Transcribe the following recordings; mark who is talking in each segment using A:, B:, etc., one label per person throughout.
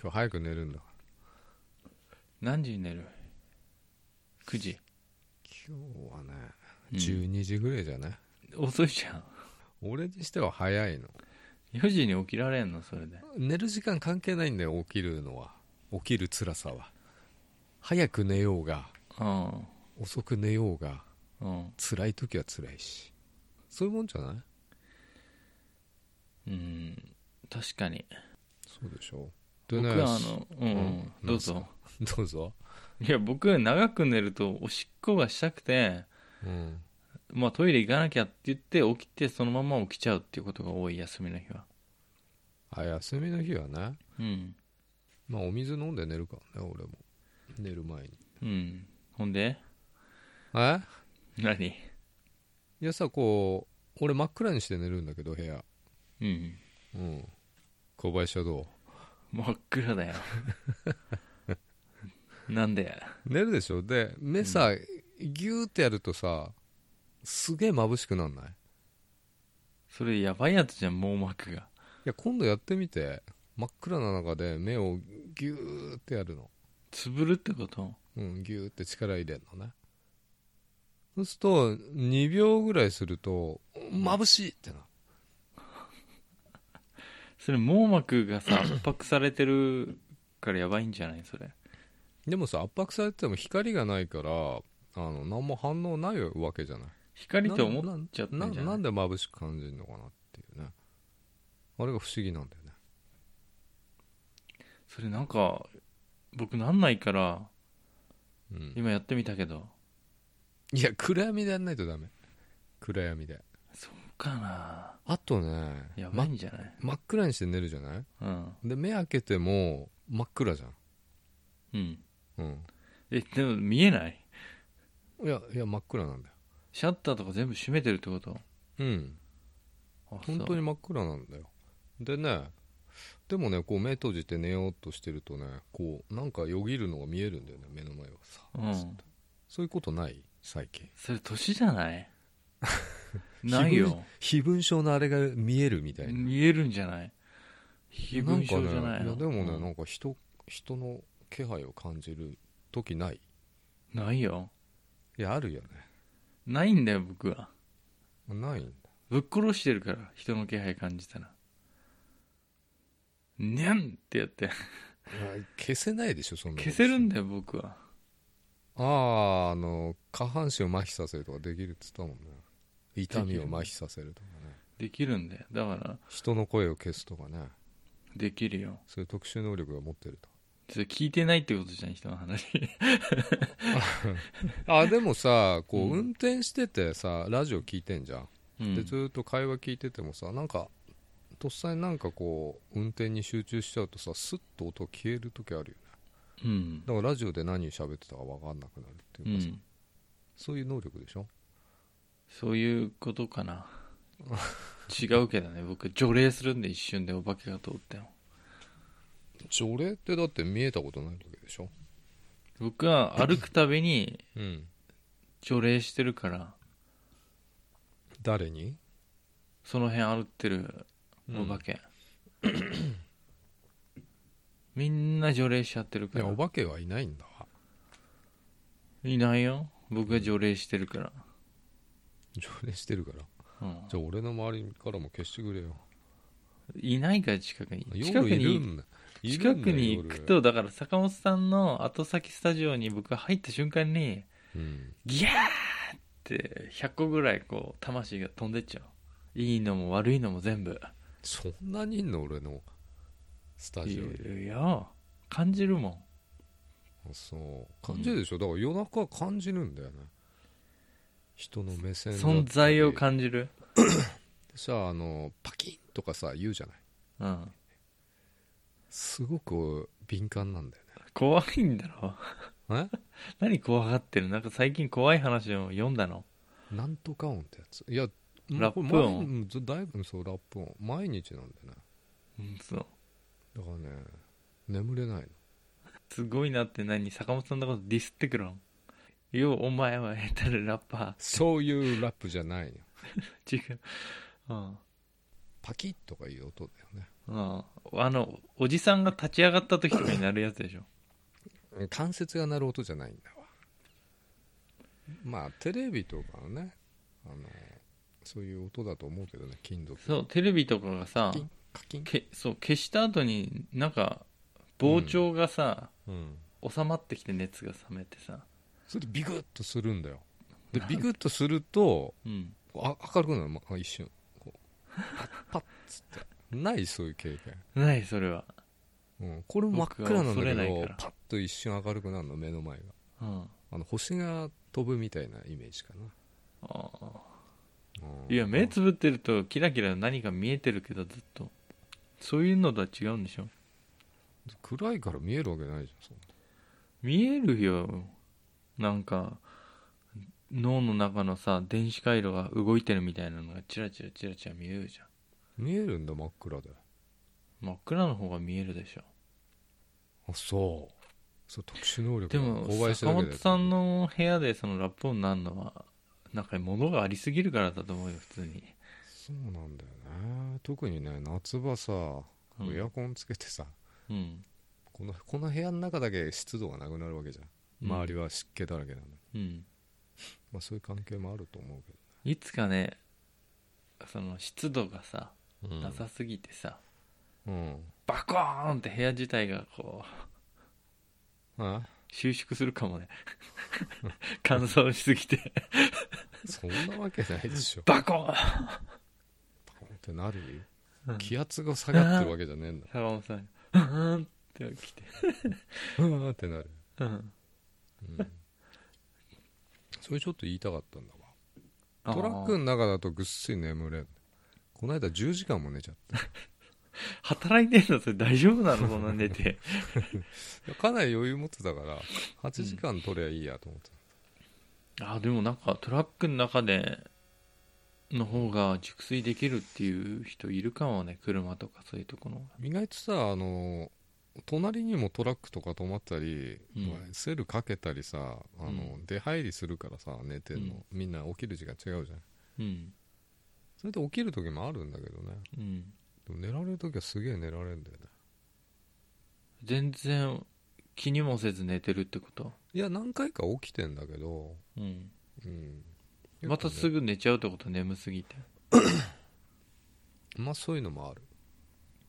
A: 今日早く寝るんだ
B: 何時に寝る ?9 時。
A: 今日はね
B: うん
A: 12時ぐらいじゃない、
B: 遅いじゃん。
A: 俺にしては早いの
B: 4時に起きられんの、それで。
A: 寝る時間関係ないんだよ起きるのは起きる辛さは早く寝ようが
B: うん。
A: 遅く寝ようが
B: うん。
A: 辛い時は辛いしそういうもんじゃない
B: うん。確かに。
A: そうでしょう
B: 僕はあの、うん、
A: うん
B: どうぞ。
A: どうぞ
B: いや、僕、長く寝ると、おしっこがしたくて、
A: うん
B: まあトイレ行かなきゃって言って、起きて、そのまま起きちゃうっていうことが多い、休みの日は。
A: あ休みの日はね
B: うん。
A: まあお水飲んで寝るからね俺も寝る前に
B: うん。ほんで
A: え
B: 何
A: いやさこう俺真っ暗にして寝るんだけど部屋
B: うん。
A: うん小林はどう
B: 真っ暗 だよ。なんで
A: 寝るでしょで目さ、ギューってやるとさすげえ眩しくなんないい
B: それやばいやつじゃん、網膜が。
A: や今度やってみて真っ暗な中で目をギューってやるの
B: つぶるってこと
A: うんギューって力入れるのねそうすると2秒ぐらいすると眩しいってな
B: それ網膜がさ、圧迫されてるからやばいんじゃないそれ。
A: でもさ圧迫されてても光がないからあの何も反応ないわけじゃない
B: 光って思っちゃった
A: なん
B: じゃな
A: ないんで眩しく感じるのかなっていうねあれが不思議なんだよね
B: それなんか、僕なんないから、
A: うん
B: 今やってみたけど、
A: いや暗闇でやんないとダメ暗闇で
B: そうかな
A: あとね
B: やば
A: ま
B: いんじゃない、
A: 真っ暗にして寝るじゃない
B: うん。
A: で目開けても真っ暗じゃん
B: うん。
A: うん
B: え、でも見えない
A: いやいや真っ暗なんだよ
B: シャッターとか全部閉めてるってこと
A: うん
B: あそう
A: 本当に真っ暗なんだよでねでもねこう目閉じて寝ようとしてるとねこうなんかよぎるのが見えるんだよね目の前をさ、
B: うん。
A: そういうことない最近
B: それ年じゃないないよ。
A: 非分症のあれが見えるみたいな
B: 見えるんじゃない非文章じゃ
A: な
B: なん
A: か
B: い
A: ね、い
B: の
A: やでもね、
B: うん
A: なんか人人の気配を感じる時ない
B: ないよ。
A: いやあるよね
B: ないんだよ、僕は。
A: ないんだ
B: ぶっ殺してるから、人の気配感じたら。にゃんってや って。
A: いや消せないでしょそんなこと
B: 消せるんだよ、僕は。
A: あああの下半身を麻痺させるとかできるって言ったもんね痛みを麻痺させるとかね
B: できるんだよ。だから、
A: 人の声を消すとかね
B: できるよ。
A: そういう特殊能力が持ってると
B: それ聞いてないってことじゃん、人の話。
A: あでもさこう、
B: うん
A: 運転しててさラジオ聞いてんじゃん、
B: うん
A: でずーっと会話聞いててもさなんかとっさになんかこう運転に集中しちゃうとさスッと音消える時あるよね
B: うん。
A: だからラジオで何喋ってたか分かんなくなるって
B: う
A: いうかさ、
B: ん。
A: そういう能力でしょ
B: そういうことかな。違うけどね、僕、除霊するんで一瞬でお化けが通っても。
A: 除霊ってだって見えたことないわけでしょ
B: 僕は歩くたびに
A: うん
B: 除霊してるから、
A: 誰に
B: その辺歩ってるお化け。みんな除霊しちゃってる
A: い
B: か
A: や
B: ら
A: お。化けはいないんだわ
B: いないよ。僕が除霊してるから。
A: 除霊してるから
B: うん、
A: じゃあ俺の周りからも消してくれよ
B: いないから近くに。近
A: 夜
B: く
A: いる
B: に、
A: んだいる
B: 近
A: んだ
B: くに行くと、だから坂本さんの後先スタジオに僕が入った瞬間に、
A: 夜うん
B: ギャーって100個ぐらいこう魂が飛んでっちゃういいのも悪いのも全部
A: そんなにいんの俺のスタ
B: い
A: ジオに
B: るよ感じるもん
A: そう感じるでしょ、だから夜中は感じるんだよね人の目線だったり
B: 存在を感じる
A: さあのパキンとかさ言うじゃない
B: うん
A: すごく敏感なんだよ
B: 怖いんだろ
A: ね
B: 何怖がってるなんか最近怖い話を読んだの
A: えなんとか音ってやついや
B: ラップ音
A: 音だいぶそうラップ音毎日なんだよね
B: うんそう
A: だからね眠れないの
B: すごいなって何坂本さんのことディスってくるのよお前は下手でラッパ
A: そういうラップじゃないの
B: ー違ううん
A: パキッとかいう音だよね
B: あああのおじさんが立ち上がった時とかになるやつでしょ
A: 関節が鳴る音じゃないんだわまあテレビとかのねあのそういう音だと思うけどね金属
B: そうテレビとかが
A: カ
B: さ
A: キンカキン
B: けそう消した後になんか膨張がさ、
A: うん
B: 収まってきて熱が冷めてさ
A: それでビクッとするんだよで
B: なん
A: ビクッとすると
B: うん
A: あ明るくなる、まあ、一瞬こうパッパッつってないそういう経験、
B: ないそれは
A: うん、これ真っ暗なんだけ
B: 僕は恐れない
A: ど
B: から
A: パッと一瞬明るくなるの目の前が
B: うんあ
A: あの星が飛ぶみたいなイメージか
B: あ
A: な、うん
B: いや目つぶってるとキラキラ何か見えてるけどずっとそういうのとは違うんでしょ
A: 暗いから見えるわけないじゃんそんな
B: 見えるよなんか脳の中のさ電子回路が動いてるみたいなのがチラチラチラチラ見えるじゃ
A: 見えるんだ真っ暗で
B: ん真っ暗の方が見えるでしょ
A: あそうそう特殊能力
B: で
A: だ
B: も
A: 購買して
B: 坂
A: るだけ
B: 本
A: で
B: さんの部屋でそのラップ音になるのはなんか物がありすぎるからだと思うよ普通に
A: そうなんだよね特にね夏場さ
B: うん
A: エアコンつけてさ、
B: うん
A: このこの部屋の中だけ湿度がなくなるわけじゃん周り
B: は
A: は湿気だらけなの、
B: うん
A: まあ、そういう関係もあると思うけ
B: いつかねその湿度がさ
A: ど、
B: なさすぎてさ、
A: うん
B: バコーンって部屋自体がこう
A: あ
B: 収縮するかもね乾燥しすぎて
A: そんなわけないで しょ
B: バコー
A: パコンってなるよ
B: ン
A: 気圧が下がってるわけじゃねえんだ
B: 坂本さんうーんって来て
A: うわーってなる、
B: うん
A: うん、それちょっと言いたかったんだわトラック
B: あー
A: の中だとぐっすり眠れんこの間10時間も寝ちゃっ
B: 働いてんのそれ大丈夫なのそんな寝 て
A: たかなり余裕持ってたから8時間取りゃいいやと思って
B: あーでもなんかトラックの中での方が熟睡できるっていう人いるかもね車とかそういうところ
A: た、意外とさあの隣にもトラックとか止まったり、
B: うん
A: まあセルかけたりさあの、
B: うん
A: 出入りするからさ寝てんの、みんな起きる時間違うじゃん
B: うん
A: それで起きる時もあるんだけどね
B: うん
A: でも寝られる時はすげえ寝られるんだよね
B: 全然気にもせず寝てるってこと
A: いや何回か起きてんだけど、
B: うん
A: うん、
B: またす
A: ぐ
B: ぐ寝ちゃうってこと眠すぎて
A: まあそういうのもある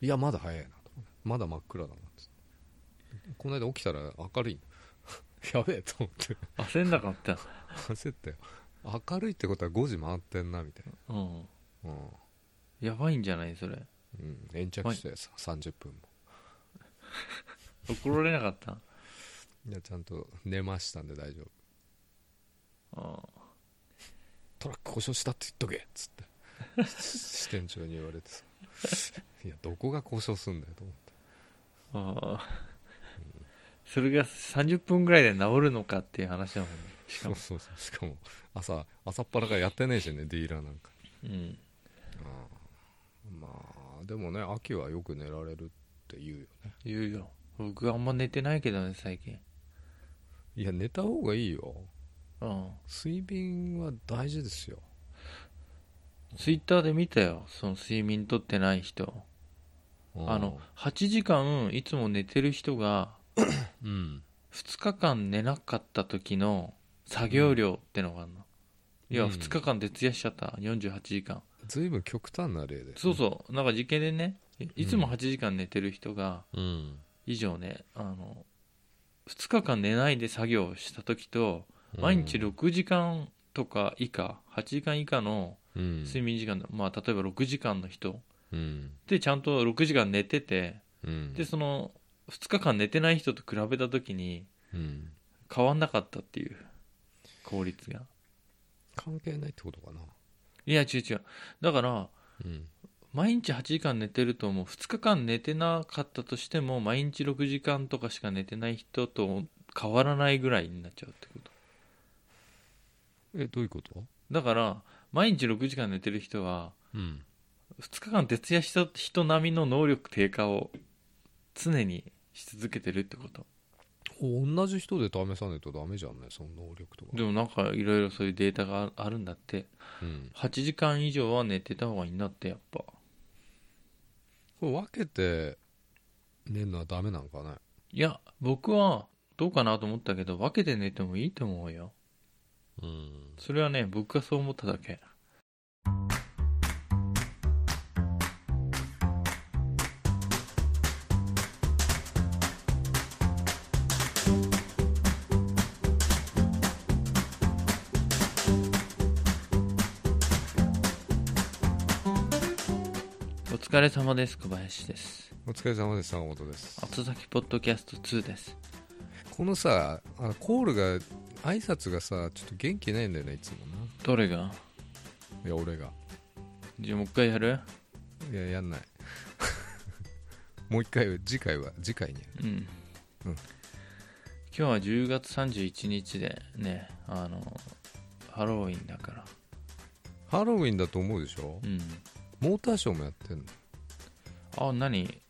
A: いやまだ早いなと思うまだ真っ暗だなっつってこの間起きたら明るい やべえと思って
B: 焦んなかった
A: 焦ったよ明るいってことは5時回ってんなみたい
B: うん
A: な
B: やばいんじゃないそれ
A: うん、うん、延着してさ30分も
B: 怒られなかった
A: いやちゃんと寝ましたんで大丈夫
B: あ
A: トラック故障したって言っとけっつって 支店長に言われてさ いやどこが故障すんだよと思って
B: あ それが30分ぐらいで治るのかっていう話だもんねしか
A: そう
B: も
A: そうそうしかも朝朝っぱらからやってねえしねディーラーなんか
B: うん
A: うんまあでもね秋はよく寝られるって言うよね
B: 言うよ僕あんま寝てないけどね最近
A: いや寝た方がいいよ
B: うん
A: 睡眠は大事ですよ
B: ツイッターで見たよその睡眠とってない人
A: うん
B: あの8時間いつも寝てる人が
A: うん
B: 2日間寝なかった時の作業量ってのがあるの、いや
A: うん
B: 2日間徹夜しちゃった48時間
A: 随分極端な例で
B: そうそうなんか実験でねいいつも8時間寝てる人が
A: ううん
B: 以上ねあの2日間寝ないで作業をした時と毎日6時間とか以下8時間以下の
A: うん
B: 睡眠時間の、まあ例えば6時間の人
A: うん
B: でちゃんと6時間寝てて
A: うん
B: でその2日間寝てない人と比べた時に
A: うん
B: 変わんなかったっていう効率が
A: 関係ないってことかない
B: や違う違うだから
A: うん
B: 毎日8時間寝てるともう2日間寝てなかったとしても毎日6時間とかしか寝てない人と変わらないぐらいになっちゃうってこと
A: えどういうこと
B: だから毎日6時間寝てる人は
A: うん
B: 2日間徹夜した人並みの能力低下を常にし続けてるってこと
A: 同じ人で試さないとダメじゃんねその能力とか
B: でもなんかいろいろそういうデータがあるんだって
A: うん
B: 8時間以上は寝てた方がいいんだってやっぱ
A: ここれ分けて寝るのはダメなんかね
B: いや僕はどうかなと思ったけど分けて寝てもいいと思うよ
A: うん
B: それはね僕がそう思っただけお疲れ様です小林です
A: お疲れ様です坂本です
B: 後先ポッドキャスト2です
A: このさあのコールが挨拶がさちょっと元気ないんだよねいつもな
B: どれが
A: いや俺が
B: じゃあもう一回やる
A: いややんない もう一回次回は次回に
B: うん、
A: うん
B: 今日は10月31日でねあのハロウィンだから
A: ハロウィンだと思うでしょ
B: うん
A: モーターショーもやってんの
B: あ何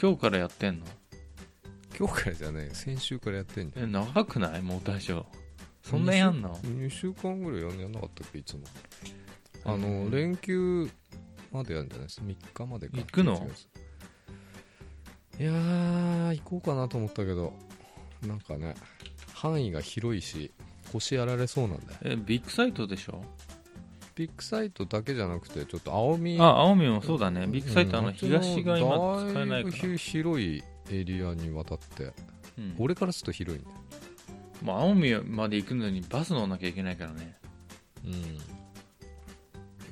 B: 今日からやってんの
A: 今日からじゃない先週からやってんじゃん
B: え長くないもう大丈夫そんなやんの
A: 2週間ぐらいやんやんなかったっけいつも
B: うん
A: あの、連休までやるんじゃないです3日までか
B: 行くの
A: いやー行こうかなと思ったけどなんかね範囲が広いし腰やられそうなんだよ
B: えビッグサイトでしょ
A: ビッグサイトだけじゃなくてちょっと青み
B: あ青海もそうだねビッグサイトあ
A: う
B: の
A: ん
B: 東が今使えない
A: だ
B: か
A: い
B: ら
A: ぶ広いエリアに渡って
B: うん
A: 俺からすると広いんだよ
B: もう青海まで行くのにバス乗んなきゃいけないからね
A: うんい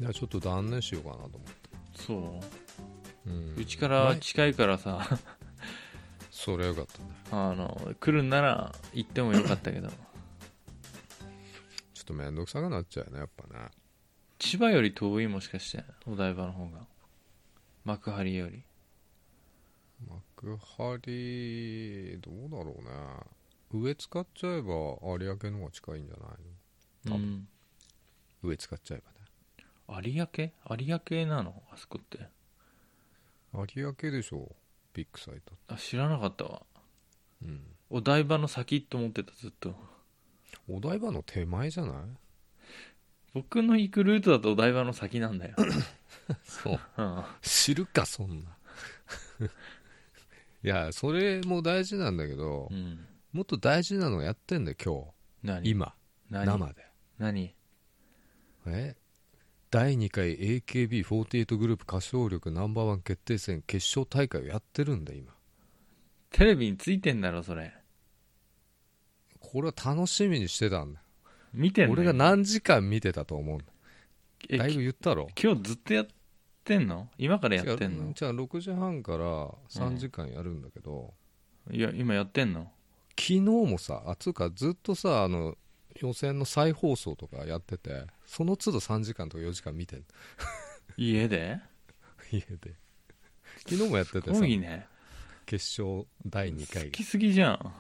A: やちょっと断念しようかなと思って
B: そ
A: うん
B: ううちから
A: 前
B: 近いからさ
A: それはよかったね
B: あの来るんなら行ってもよかったけど
A: ちょっと面倒くさくなっちゃうよねやっぱね
B: 千葉より遠いもしかしてお台場の方が幕張より
A: 幕張どうだろうね上使っちゃえば有明の方が近いんじゃない多
B: う
A: 分
B: ん
A: の上使っちゃえば
B: 有明有明なのあそこって
A: ね有明でしょビッグサイト
B: あ知らなかったわ
A: うん
B: お台場の先と思ってたずっと
A: お台場の手前じゃない
B: 僕の行くルートだとお台場の先な んだよ、
A: そう
B: うん、
A: 知るかそんな いやそれも大事なんだけど、
B: うん、
A: もっと大事なのやってんだよ今日
B: 何
A: 今
B: 何
A: 生で
B: 何
A: え第2回 AKB48 グループ歌唱力ナンバーワン決定戦決勝大会をやってるんだ今
B: テレビについてんだろそれ
A: これは楽しみにしてたんだ
B: 見てんの
A: 俺が何時間見てたと思うんだ
B: え
A: だいぶ
B: き
A: 言ったろ
B: 今日ずっとやってんの今からやってん
A: 違う
B: の
A: じゃあ6時半から3時間やるんだけど、
B: いや今やってんの
A: 昨日もさあつうかずっとさあの予選の再放送とかやっててその都度3時間とか4時間見てん
B: 家で
A: 家で昨日もやってて
B: す
A: さ
B: ごいね
A: 決勝第2回
B: 好きすぎじゃん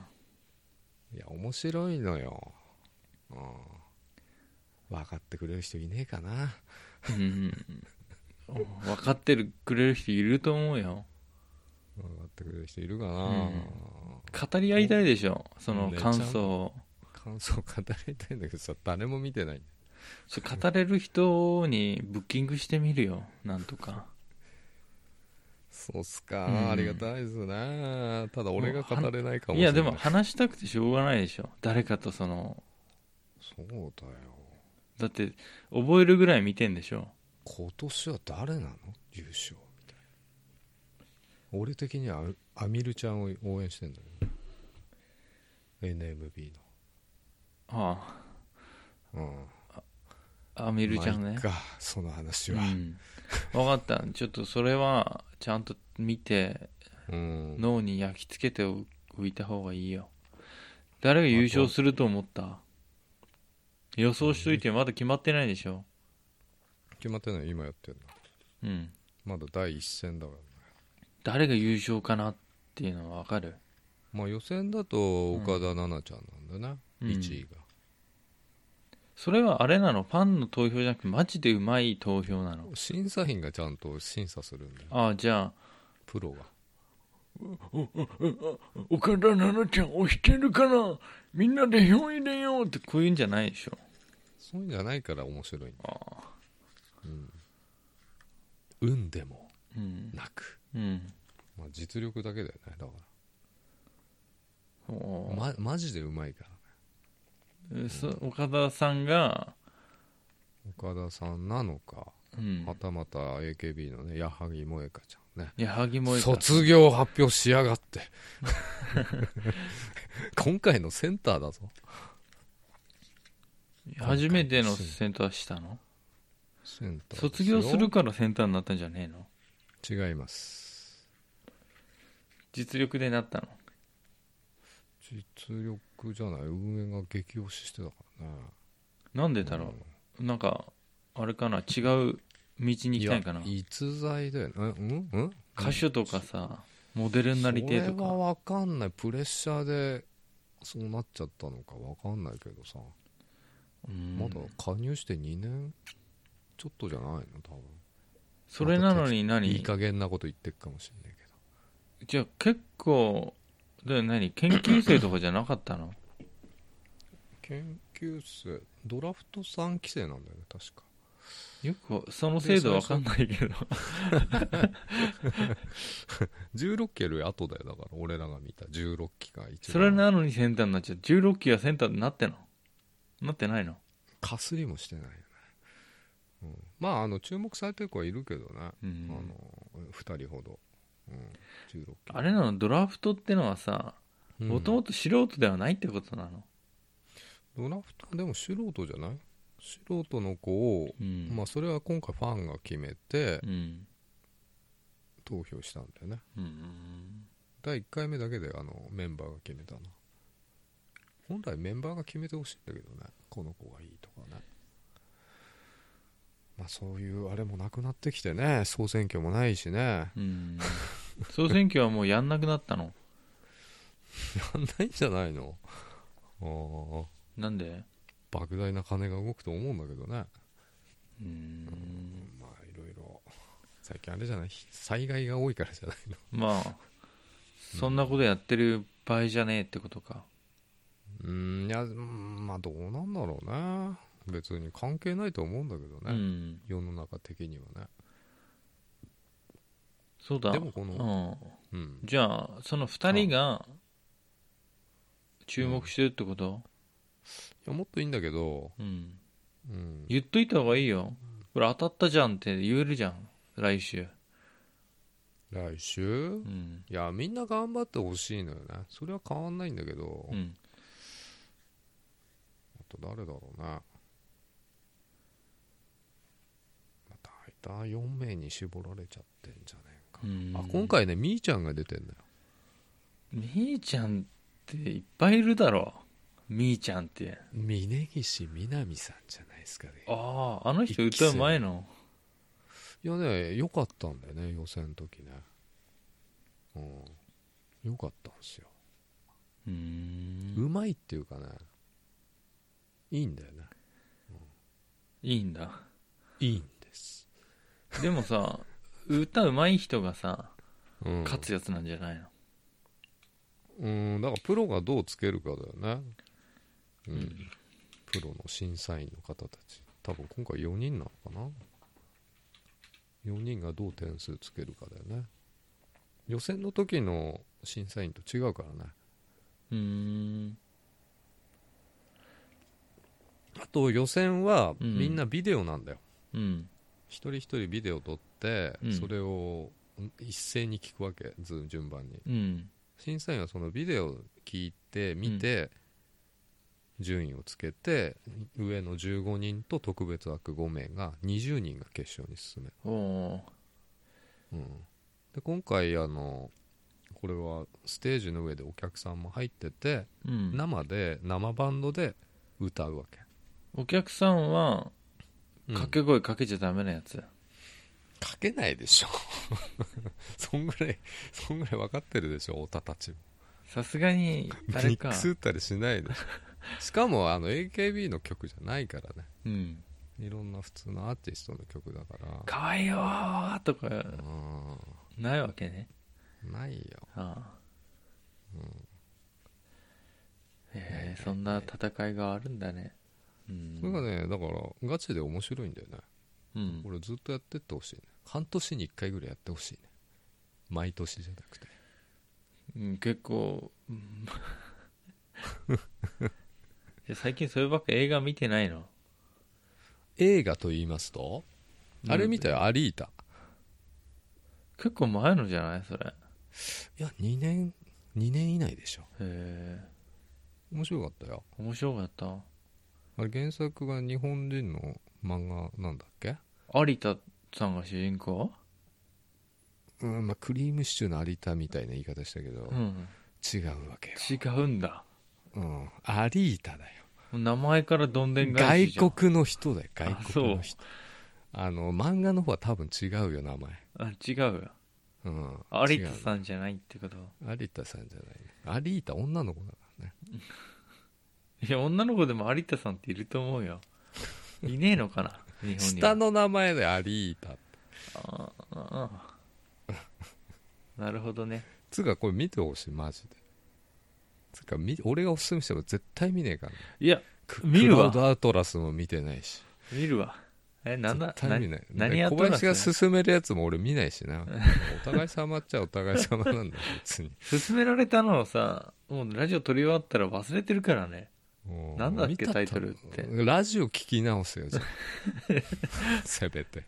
A: いや面白いのよ、うん、分かってくれる人いねえかな
B: うん分かってるくれる人いると思うよ
A: 分かってくれる人いるかな、
B: うん語り合いたいでしょその
A: めちゃ
B: 感想を
A: 感想語りたいんだけどさ誰も見てない
B: ちょ語れる人にブッキングしてみるよなんとか
A: そうっすか、
B: うん
A: ありがたいですねただ俺が語れないかもし
B: い
A: れ
B: や
A: ない
B: でも話したくてしょうがないでしょ誰かとその
A: そうだよ
B: だって覚えるぐらい見てんでしょ
A: 今年は誰なの優勝みたいな俺的にはアアミルちゃんを応援してんだけど NMB
B: あ
A: の
B: あア
A: う
B: ミ
A: ん
B: ルちゃん
A: まあい
B: ね
A: っかその話
B: う
A: は
B: ん分かったちょっとそれはちゃんと見て
A: うん
B: 脳に焼き付けておいた方がいいよ誰が優勝すると思った予想しといてまだ決まってないでしょ
A: 決まってない今やってんの
B: うん
A: まだ第一戦だからね
B: 誰が優勝かなっていうのは分かる
A: まあ予選だと岡田奈々ちゃんなんだね、
B: うん
A: 1位が
B: それはあれなのファンの投票じゃなくマジでうまい投票なの
A: 審査員がちゃんと審査するんだよ
B: ああじゃ
A: プロが
B: あ岡田奈々ちゃん押してるからみんなで票入れようってこういうんじゃないでしょ
A: そういうんじゃないから面白いんだ
B: ああ
A: 運でも
B: うん
A: なく
B: ううん
A: まあ、実力だけだよねだか
B: お
A: ら、
B: ー
A: ま、マジでうまいからね
B: えそ岡田さんが、
A: 岡田さんなのか、
B: うん、
A: はたまた AKB のね矢作萌香ちゃんね
B: 矢作萌えか
A: 卒業発表しやがって 今回のセンターだぞ
B: 初めてのセンターしたの
A: センターです
B: 卒
A: よ
B: 業するからセンターになったんじゃねえの
A: 違います
B: 実力でなったの
A: 実力じゃない運営が激推ししてたからね
B: なんでだろう、なんかあれかな違う道に行きたいかな
A: や逸材だよねうんうん
B: 歌手とかさ、モデルになりてえと
A: それは
B: か
A: 分かんないプレッシャーでそうなっちゃったのか分かんないけどさ、
B: うん
A: まだ加入して2年ちょっとじゃないの多分
B: それなのに何
A: いい加減なこと言ってるかもしれないけど
B: じゃあ結構で何研究生とかじゃなかったの
A: 研究生ドラフト3期生なんだよね確か
B: よくその制度わかんないけど
A: 16期より後だよだから俺らが見た16期が一番
B: それなのにセンターになっちゃう16期はセンターになってんのなってないの
A: かすりもしてないよね、うん、まああの注目されてる子はいるけどね、
B: う
A: あの
B: ん
A: 2人ほど、うん、16期
B: あれなのドラフトってのはさ
A: うん
B: もともと素人ではないってことなの
A: ドラフトでも素人じゃない素人の子を、
B: うん
A: まあそれは今回ファンが決めて
B: うん
A: 投票したんだよね
B: うん
A: 第1回目だけであのメンバーが決めたな本来メンバーが決めてほしいんだけどねこの子がいいとかねまあそういうあれもなくなってきてね総選挙もないし ね
B: うん総選挙はもうやんなくなったの
A: やんないんじゃないのあ
B: なんで
A: あ莫大な金が動くと思うんだけどね
B: うん
A: まあいろいろ最近あれじゃない災害が多いからじゃないの
B: まあそんなことやってる場合じゃねえってことか
A: うーんいやうんまあどうなんだろうね別に関係ないと思うんだけど
B: う
A: ね、
B: ん
A: 世の中的にはね
B: そうだ
A: でもこの
B: うん
A: うん
B: じゃあその2人が注目してるってこと、
A: いやもっといいんだけど、
B: うん、
A: うん、
B: 言っといた方がいいよこれ当たったじゃんって言えるじゃん来週、
A: 来週
B: うん
A: いやみんな頑張ってほしいのよねそれは変わんないんだけど、
B: う
A: あ
B: ん、
A: と誰だろうな、まあ、大体4名に絞られちゃってんじゃねえか、
B: うん
A: あ今回ねみーちゃんが出てんだよ
B: みーちゃんっていっぱいいるだろみーちゃんって
A: 峯岸みなみさんじゃないですかね
B: あああの人歌う前の
A: いやね良かったんだよね予選の時ねうん良かったんですよ、
B: うー
A: うんまいっていうかねいいんだよね
B: いいんだ
A: いいんです、
B: でもさ歌うまい人がさ
A: うん、
B: 勝つやつなんじゃないの
A: うんだからプロがどうつけるかだよねうん、プロの審査員の方たち多分今回4人なのかな4人がどう点数つけるかだよね予選の時の審査員と違うからね
B: うーん
A: あと予選は
B: うん
A: みんなビデオなんだよ、
B: うん
A: 一人一人ビデオ撮って、
B: うん
A: それを一斉に聞くわけず順番に
B: うん
A: 審査員はそのビデオを聞いて見て、順位をつけて上の15人と特別枠5名が20人が決勝に進め
B: おお
A: る、うん、で今回あのこれはステージの上でお客さんも入ってて、
B: ーうん
A: 生で生バンドで歌うわけ、
B: お客さんは
A: うん
B: 掛け声かけちゃダメなやつ、
A: 書けないでしょ そんぐらいそんぐらい分かってるでしょ太田たちも
B: さすがに
A: ミ
B: 誰
A: ッ
B: か
A: クス打ったりしない でしょしかもあの AKB の曲じゃないからね
B: うん
A: いろんな普通のアーティストの曲だから
B: かわいいよーとか
A: う
B: ないわけね
A: んないよ
B: ああえーそんな戦いがあるんだねうん
A: それがねだからガチで面白いんだよね
B: うん
A: これずっとやってってほしいね半年に1回ぐらいやってほしいね毎年じゃなくて
B: うん結 構うんいや最近そればっか映画見てないの
A: 映画と言いますとあれ見たよ、アリータ
B: 結構前のじゃないそれへ
A: いや2年2年以内でしょ
B: え
A: 面白かったよ
B: 面白かった
A: あれ原作が日本人の漫画なんだっけ
B: 有田さんが主人公
A: うんまあクリームシチューの有田みたいな言い方したけど、
B: うん
A: 違うわけよ、
B: 違うんだ
A: うん、アリータだよ
B: もう名前からどんでん返
A: 外
B: しじゃん
A: 国の人だよ外
B: あ
A: 国の人あの漫画の方は多分違うよ名前
B: あ違う
A: うん
B: よ
A: 違
B: 有
A: う
B: 田さんじゃないってこと
A: 有田さんじゃないねアリータ女の子だからね
B: いや女の子でも有田さんっていると思う よいねえのかな日本には
A: 下の名前でアリータ
B: あああなるほどね
A: つうかこれ見てほしいマジでつうかみ俺がおすすめしても絶対見ねえからね
B: いや
A: ク
B: 見るわ
A: クラウドアトラスも見てないし
B: 見るわえなんだ
A: 絶対見ない
B: 何何
A: で
B: やっ
A: 小
B: とる
A: 林が勧めるやつも俺見ないし なお互い様っちゃお互い様なんだよ別に
B: 勧められたのをさもうラジオ撮り終わったら忘れてるから ね
A: もう
B: なんだっ
A: 見
B: け
A: た
B: タイトルって
A: ラジオ聞き直す よじゃあせめて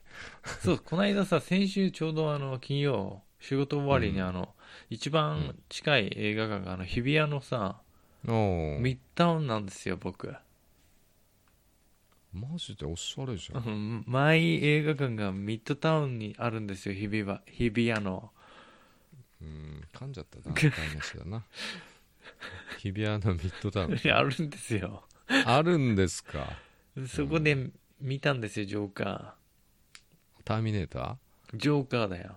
B: そうこの間さ先週ちょうどあの金曜仕事終わりに
A: うん
B: あの、一番近い映画館があの日比谷のさ、
A: おー
B: ミッドタウンなんですよ僕、
A: マジでおしゃれじゃん
B: うんマイ映画館がミッドタウンにあるんですよ日比谷日比谷の
A: うん噛んじゃったな台無しだ な日比谷のミッドタウン
B: あるんですよ
A: あるんですか
B: そこで見たんですよジョーカ
A: ターミネーター
B: ージョーカーだよ、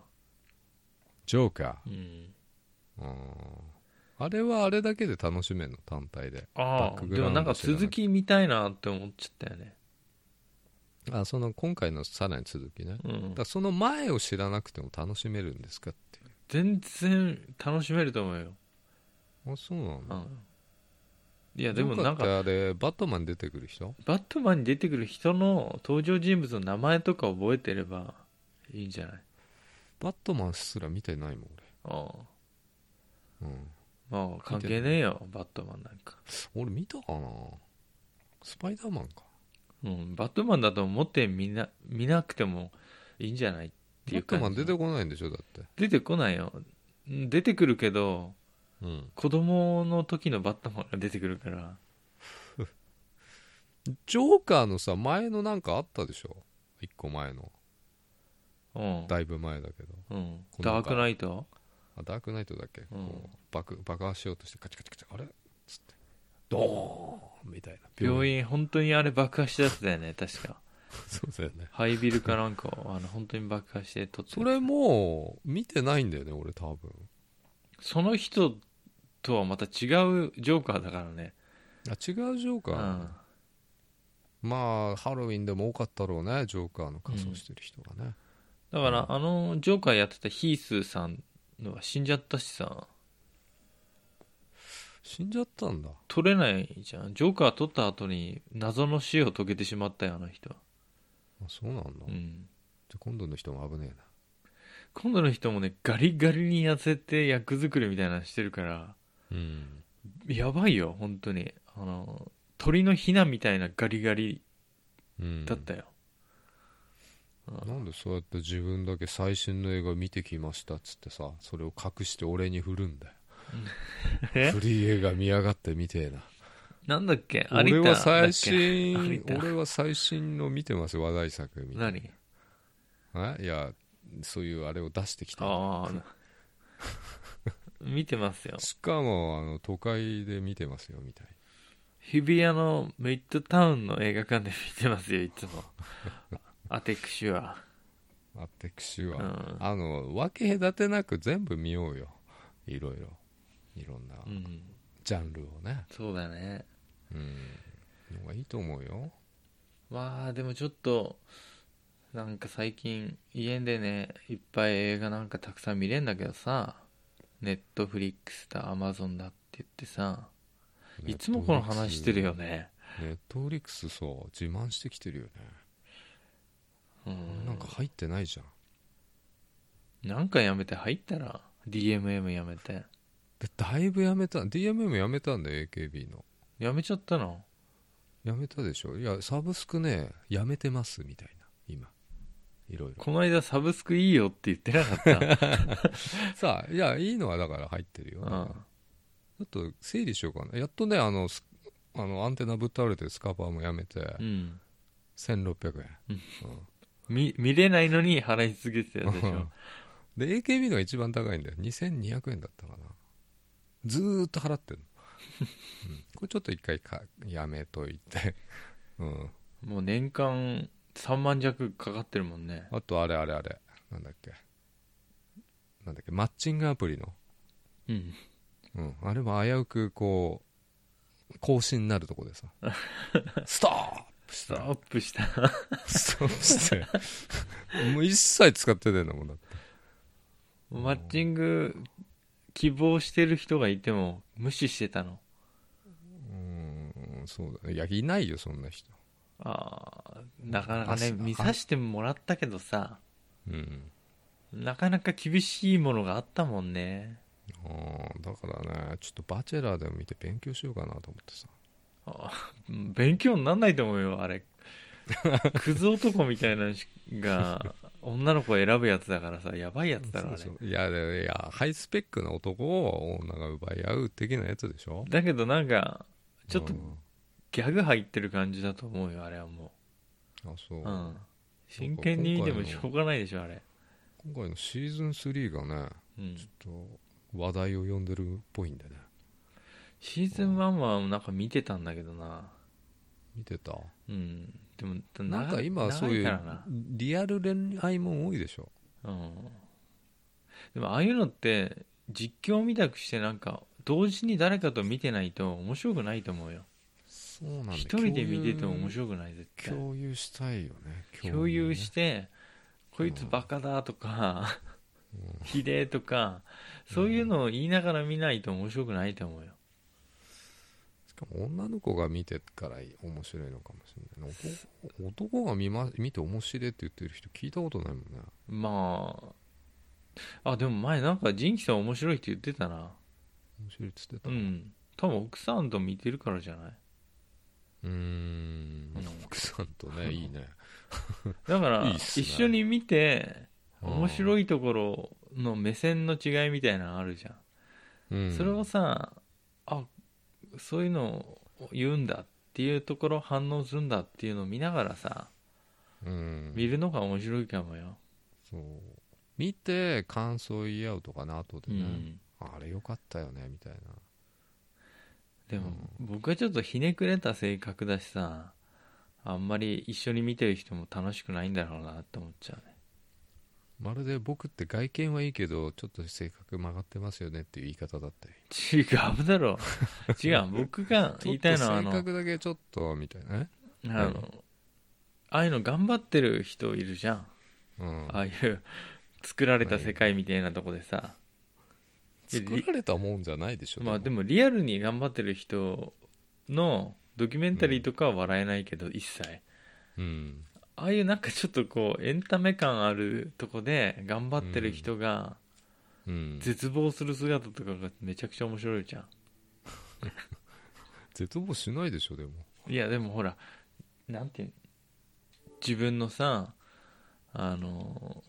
A: ジョーカー
B: うん、
A: うんあれはあれだけで楽しめんの単体で
B: あ
A: バッ
B: あ
A: クグ
B: で
A: ラ
B: も
A: ウンド
B: なんか
A: 知らなくて
B: 続き見たいなって思っちゃったよね
A: あその今回のさらに続きね、
B: うん
A: だからその前を知らなくても楽しめるんですかってい
B: 全然楽しめると思うよ、
A: うあそうなの
B: うん、いやでもなん
A: ジョーカ
B: か
A: ーってあれバットマン出てくる人
B: バットマンに出てくる人の登場人物の名前とか覚えてればいいんじゃない
A: バットマンすら見てないもん
B: ああ
A: 俺、うん、
B: まあ関係ねえよバットマンなんか、
A: 俺見たかなスパイダーマンか
B: うん、バットマンだと思って見な見なくてもいいんじゃないってい
A: バ
B: う
A: ット
B: 感じ
A: マン出てこないんでしょだって
B: 出てこないようん出てくるけど
A: うん
B: 子供の時のバットマンが出てくるから
A: ジョーカーのさ前のなんかあったでしょ一個前の
B: うん、
A: だいぶ前だけど
B: うん、
A: こんな
B: ダ
A: んか
B: ークナイト
A: あダークナイトだっけ、
B: うん
A: こう爆爆破しようとしてカチカチカチあれっつってドーンみたいな
B: 病院本当にあれ爆破したやつだよね確か
A: そうだよね
B: ハイビルかなんかをあの本当に爆破して撮って
A: それもう見てないんだよね俺多分
B: その人とはまた違うジョーカーだからね
A: あ違うジョーカ
B: う
A: ー、
B: ん
A: まあハロウィンでも多かったろうねジョーカーの仮装してる人がね、
B: だからあのジョーカーやってたヒースーさんのは死んじゃったしさ
A: 死んじゃったんだ
B: 撮れないじゃんジョーカー撮った後に謎の死を遂げてしまったよあの人は
A: あそうなんだ、
B: う
A: じゃ
B: ん
A: あ今度の人も危ねえな
B: 今度の人もねガリガリに痩せて役作りみたいなのしてるから
A: うん
B: やばいよ本当にあの鳥のヒナみたいなガリガリ
A: うん
B: だったよ、
A: なんでそうやって自分だけ最新の映画見てきましたっつってさそれを隠して俺に振るんだよ
B: え
A: 古い映画見やがってみてえな
B: なんだっけ有田
A: 俺は最
B: 有
A: 新
B: 田
A: 俺は最新の見てますよ話題作みたい
B: 何
A: なえいやそういうあれを出してきて
B: ああ 見てますよ
A: しかもあの都会で見てますよみたい
B: 日比谷のミッドタウンの映画館で見てますよいつもアテクシは
A: なあテクシ
B: う
A: は、
B: ん、
A: あの分け隔てなく全部見ようよいろいろいろんな
B: うん、
A: ジャンルをね
B: そうだね
A: うんのがいいと思うよ
B: まあでもちょっとなんか最近家でねいっぱい映画なんかたくさん見れんだけどさネットフリックスだアマゾンだって言ってさいつもこの話してるよね
A: ネットフリックスさ自慢してきてるよね
B: うん
A: なんか入ってないじゃん
B: なんかやめて入ったら DMM やめて
A: でだいぶやめた DMM やめたんだよ AKB の
B: やめちゃったな
A: やめたでしょいやサブスクねやめてますみたいな今いろいろ
B: この間サブスクいいよって言ってなかった
A: さあいやいいのはだから入ってるよ、
B: うん
A: ちょっと整理しようかなやっとねあのスあのアンテナぶっ倒れてるスカパーもやめて、
B: うん
A: 1600円、
B: 見見れないのに払い続けてたやつでしょ
A: で AKB のが一番高いんだよ2200円だったかなずーっと払ってるの、うんこれちょっと一回かやめといて、 うん、
B: もう年間3万弱かかってるもんね
A: あとあれあれあれなんだっけなんだっけマッチングアプリの、
B: うん
A: うん、あれも危うくこう更新になるとこ でさストップし
B: スト
A: た
B: ップした
A: ストップして もう一切使ってないんだもんだって
B: マッチング希望してる人がいても無視してたの
A: うんそうだねいやいないよそんな人
B: ああなかなか
A: あ
B: ね
A: そう
B: 見させてもらったけどさ
A: うん
B: なかなか厳しいものがあったもんね
A: あーだからねちょっと「バチェラー」でも見て勉強しようかなと思ってさ
B: あー勉強になんないと思うよ あれクズ男みたいなのしが女の子を選ぶやつだからさやばいやつだろあれ
A: そうそういやでいやハイスペックな男を女が奪い合う的なやつでしょ
B: だけどなんかちょっと
A: うん
B: ギャグ入ってる感じだと思うよあれはも
A: あそう、
B: う、うん、真剣に見てもしょうがないでしょあれ、
A: 今回のシーズン3がね
B: うん、
A: ちょっと話題を呼んでるっぽいんでね
B: シーズン1はなんか見てたんだけどな
A: 見てた
B: うんでも長
A: なんか今そうい
B: 長
A: う
B: からな
A: リアル恋愛もん多いでしょ
B: うんでもああいうのって実況みたくしてなんか同時に誰かと見てないと面白くないと思うよ
A: そうなんだ
B: 一人で見てても面白くない絶対
A: 共有共有したいよね
B: 共有
A: ね
B: してこいつバカだとかひでえとかそういうのを言いながら見ないと面白くないと思うよ
A: しかも女の子が見てから面白いのかもしれない男男が見,、ま、見て面白いって言ってる人聞いたことないもんね
B: まああでも前なんかジンキさん面白いって言ってたな
A: 面白いっつってた
B: うん多分奥さんと見てるからじゃないう
A: ーん
B: うん
A: 奥さんとねいいね
B: だから
A: いいっす
B: 一
A: ね
B: 緒に見て面
A: い、
B: 白いところの目線の違いみたいなのあるじゃん、
A: うん
B: それをさあそういうのを言うんだっていうところ反応するんだっていうのを見ながらさ
A: うん
B: 見るのが面白いかもよ、
A: そう見て感想言い合うとかな後
B: う
A: で
B: ん
A: ね、あれよかったよねみたいな
B: でも僕はちょっとひねくれた性格だしさあんまり一緒に見てる人も楽しくないんだろうなって思っちゃうね
A: まるで僕って外見はいいけどちょっと性格曲がってますよねっていう言い方だったよ
B: 違うだろ 違う僕が言いたいのはあ
A: ちょっと性
B: の
A: 格だけちょっとみたいなね、
B: あのああいうの頑張ってる人いるじゃん
A: うん、
B: ああいう作られた世界みたいなとこでさ、
A: 作られたもんじゃないでしょ
B: まあでもリアルに頑張ってる人のドキュメンタリーとかは笑えないけど、一切
A: うん
B: ああいうなんかちょっとこうエンタメ感あるとこで頑張ってる人が
A: うん、
B: 絶望する姿とかがめちゃくちゃ面白いじゃ
A: 絶望しないでしょでも
B: んいやでもほらなんていう自分のさあの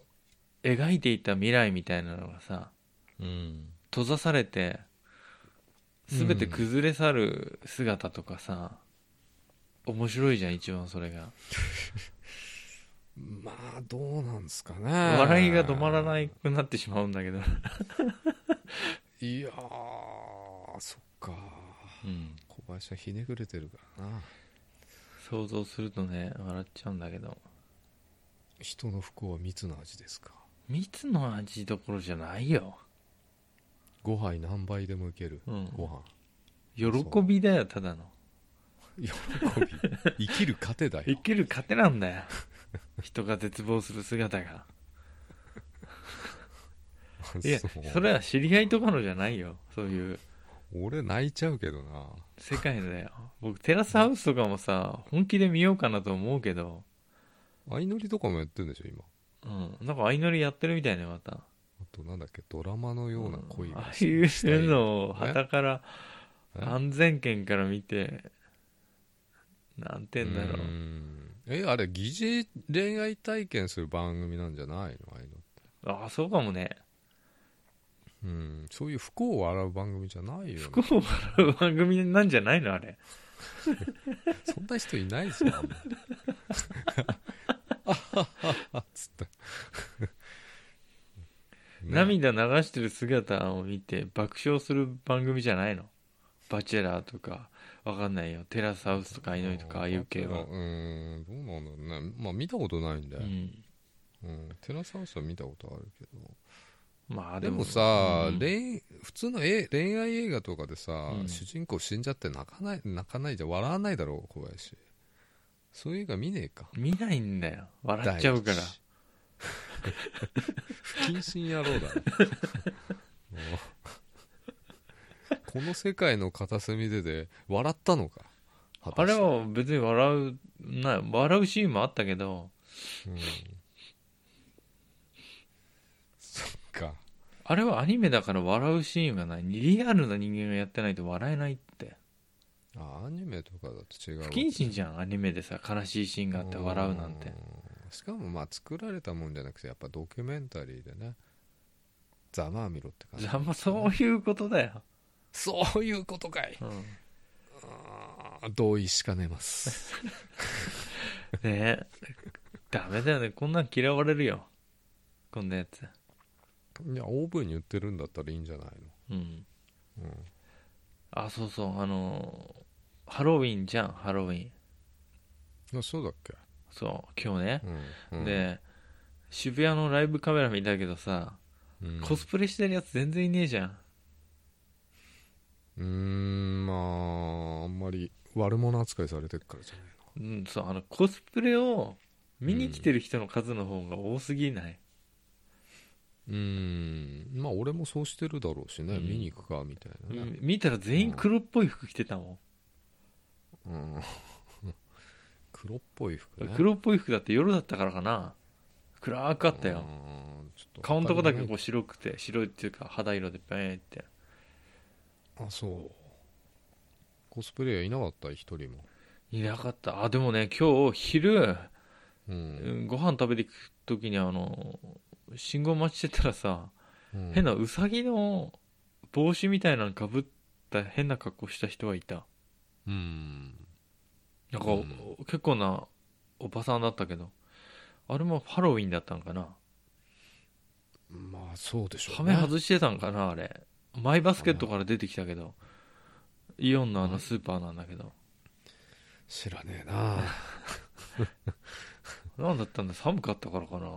B: 描いていた未来みたいなのがさ、
A: うん
B: 閉ざされて全て崩れ去る姿とかさ、面白いじゃん一番それが
A: まあどうなんですかね
B: 笑いが止まら
A: い
B: なくなってしまうんだけど、
A: いやーそっか
B: うん、
A: 小林はひねくれてるからな
B: 想像するとね笑っちゃうんだけど
A: 人の不幸は蜜の味ですか
B: 蜜の味どころじゃないよ、
A: 5杯何杯でもいける、
B: うん、
A: ご飯
B: 喜びだよただの
A: 喜 び生きる糧だ
B: 生
A: よ
B: きる糧なんだ よ人が絶望する姿がいや
A: そう
B: それは知り合いとかのじゃないよそういう
A: 俺泣いちゃうけどな
B: 世界だよ僕テラスハウスとかもさ本気で見ようかなと思うけど
A: 相乗りとかもやってんでしょ今
B: うん、なんか相乗りやってるみたいねまた
A: となんだっけドラマのような恋
B: あ
A: が
B: あいうのを
A: ね
B: はたから
A: え
B: 安全圏から見てなんて
A: う
B: 言うんだろう
A: うんえあれ疑似恋愛体験する番組なんじゃないのああいうの
B: ああそうかもね
A: うんそういう不幸を洗う番組じゃないよ、ね
B: 不、幸を笑う番組なんじゃないのあれ
A: そんな人いないぞあんまりあはははつっ た、ね
B: 涙流してる姿を見て爆笑する番組じゃないのバチェラーとかわかんないよテラスハウスとかアイノイとかああいう系は
A: う、ーんどうなんだろうねまあ見たことないんで、
B: う
A: うん
B: ん、
A: テラスハウスは見たことあるけど
B: まあ
A: で
B: でも
A: もさ、
B: うん
A: 恋普通のえ恋愛映画とかでさ、
B: うん
A: 主人公死んじゃって泣かない泣かないじゃん笑わないだろ小林そういう映画見ねえか
B: 見ないんだよ笑っちゃうから
A: 第一不謹慎野郎だねもうこの世界の片隅でで笑ったのか果
B: あ
A: たし
B: れ
A: て
B: は別に笑うな笑うシーンもあったけど
A: うんそっか
B: あれはアニメだから笑うシーンがないリアルな人間がやってないと笑えないって
A: あアニメとかだと違うわ
B: 不謹慎じゃんアニメでさ悲しいシーンがあって笑うなんて
A: んしかもまあ作られたもんじゃなくてやっぱドキュメンタリーでねざまあみろって感じ
B: ざまそういうことだよ、
A: そういうことかい
B: うん
A: あー同意しかねます
B: ねえダメだよねこんなん嫌われるよこんなやつ
A: いや OV に売ってるんだったらいいんじゃない
B: うん
A: の、うん、
B: あそうそうあのーハロウィンじゃんハロウィン
A: いやそうだっけ、
B: そう今日ね、
A: うんうん、
B: で渋谷のライブカメラ見たけどさ、
A: うん、
B: コスプレしてるやつ全然いねえじゃん
A: うーんまああんまり悪者扱いされてるからじゃないの
B: うんそうあのコスプレを見に来てる人の数の方が多すぎない、
A: うーんまあ俺もそうしてるだろうしね、
B: うん
A: 見に行くかみたいなね、
B: うん見たら全員黒っぽい服着てたも
A: うん、黒っぽい服
B: ん、
A: ね
B: 黒っぽい服だって夜だったからかな暗くあったよ、
A: うんちょっと
B: 顔のとこだけこう白くて白いっていうか肌色でベーンって
A: あそうコスプレイヤーいなかった一人も
B: いなかったあでもね今日昼、
A: う、
B: うんん、ご飯食べていく時にあの信号待ちしてたらさ、
A: うん
B: 変なウサギの帽子みたいなのかぶった変な格好した人がいた
A: うん
B: なんか、
A: うん
B: 結構なおばさんだったけどあれもハロウィンだったんかな
A: まあそうでしょ
B: 羽
A: うね
B: 目外してたんかなあれマイバスケットから出てきたけどイオンのあのスーパーなんだけど
A: 知らねえな
B: 何だったんだ寒かったからかな
A: うーん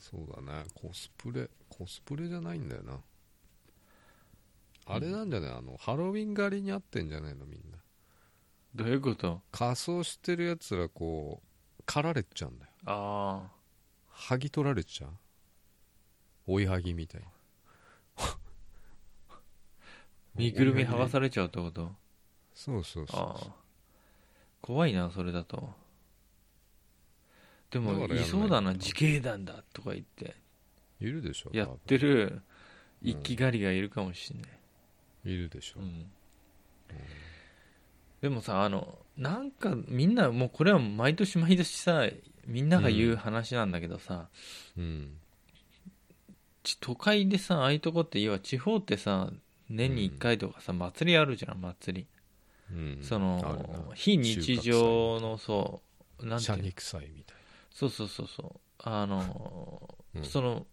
A: そうだねコスプレコスプレじゃないんだよなあれなんじゃないあのハロウィン狩りに合ってんじゃないのみんな
B: どういうこと
A: 仮装してるやつらこう狩られちゃうんだよ
B: ああ
A: 剥ぎ取られちゃう追い剥ぎみたいな
B: 身ぐるみ剥がされちゃうってこと
A: そうそうそう
B: ああ怖いなそれだとでも
A: だからやんない
B: いそうだな自警団だとか言って
A: いるでしょ
B: や
A: 多
B: っ
A: 分
B: てる
A: うん
B: 一気狩りがいるかもしんない、
A: いるでしょ、
B: うんでもさあのなんかみんなもうこれは毎年毎年さみんなが言う話なんだけどさ、
A: うん
B: ち都会でさああいうとこって要は地方ってさ年に1回とかさ、祭りあるじゃん祭り
A: うん
B: そ
A: あるな
B: の非日常のそうなんて
A: シ
B: い
A: ャ
B: う
A: ニ臭いみたい
B: そうそうそうそうあの、
A: うん
B: その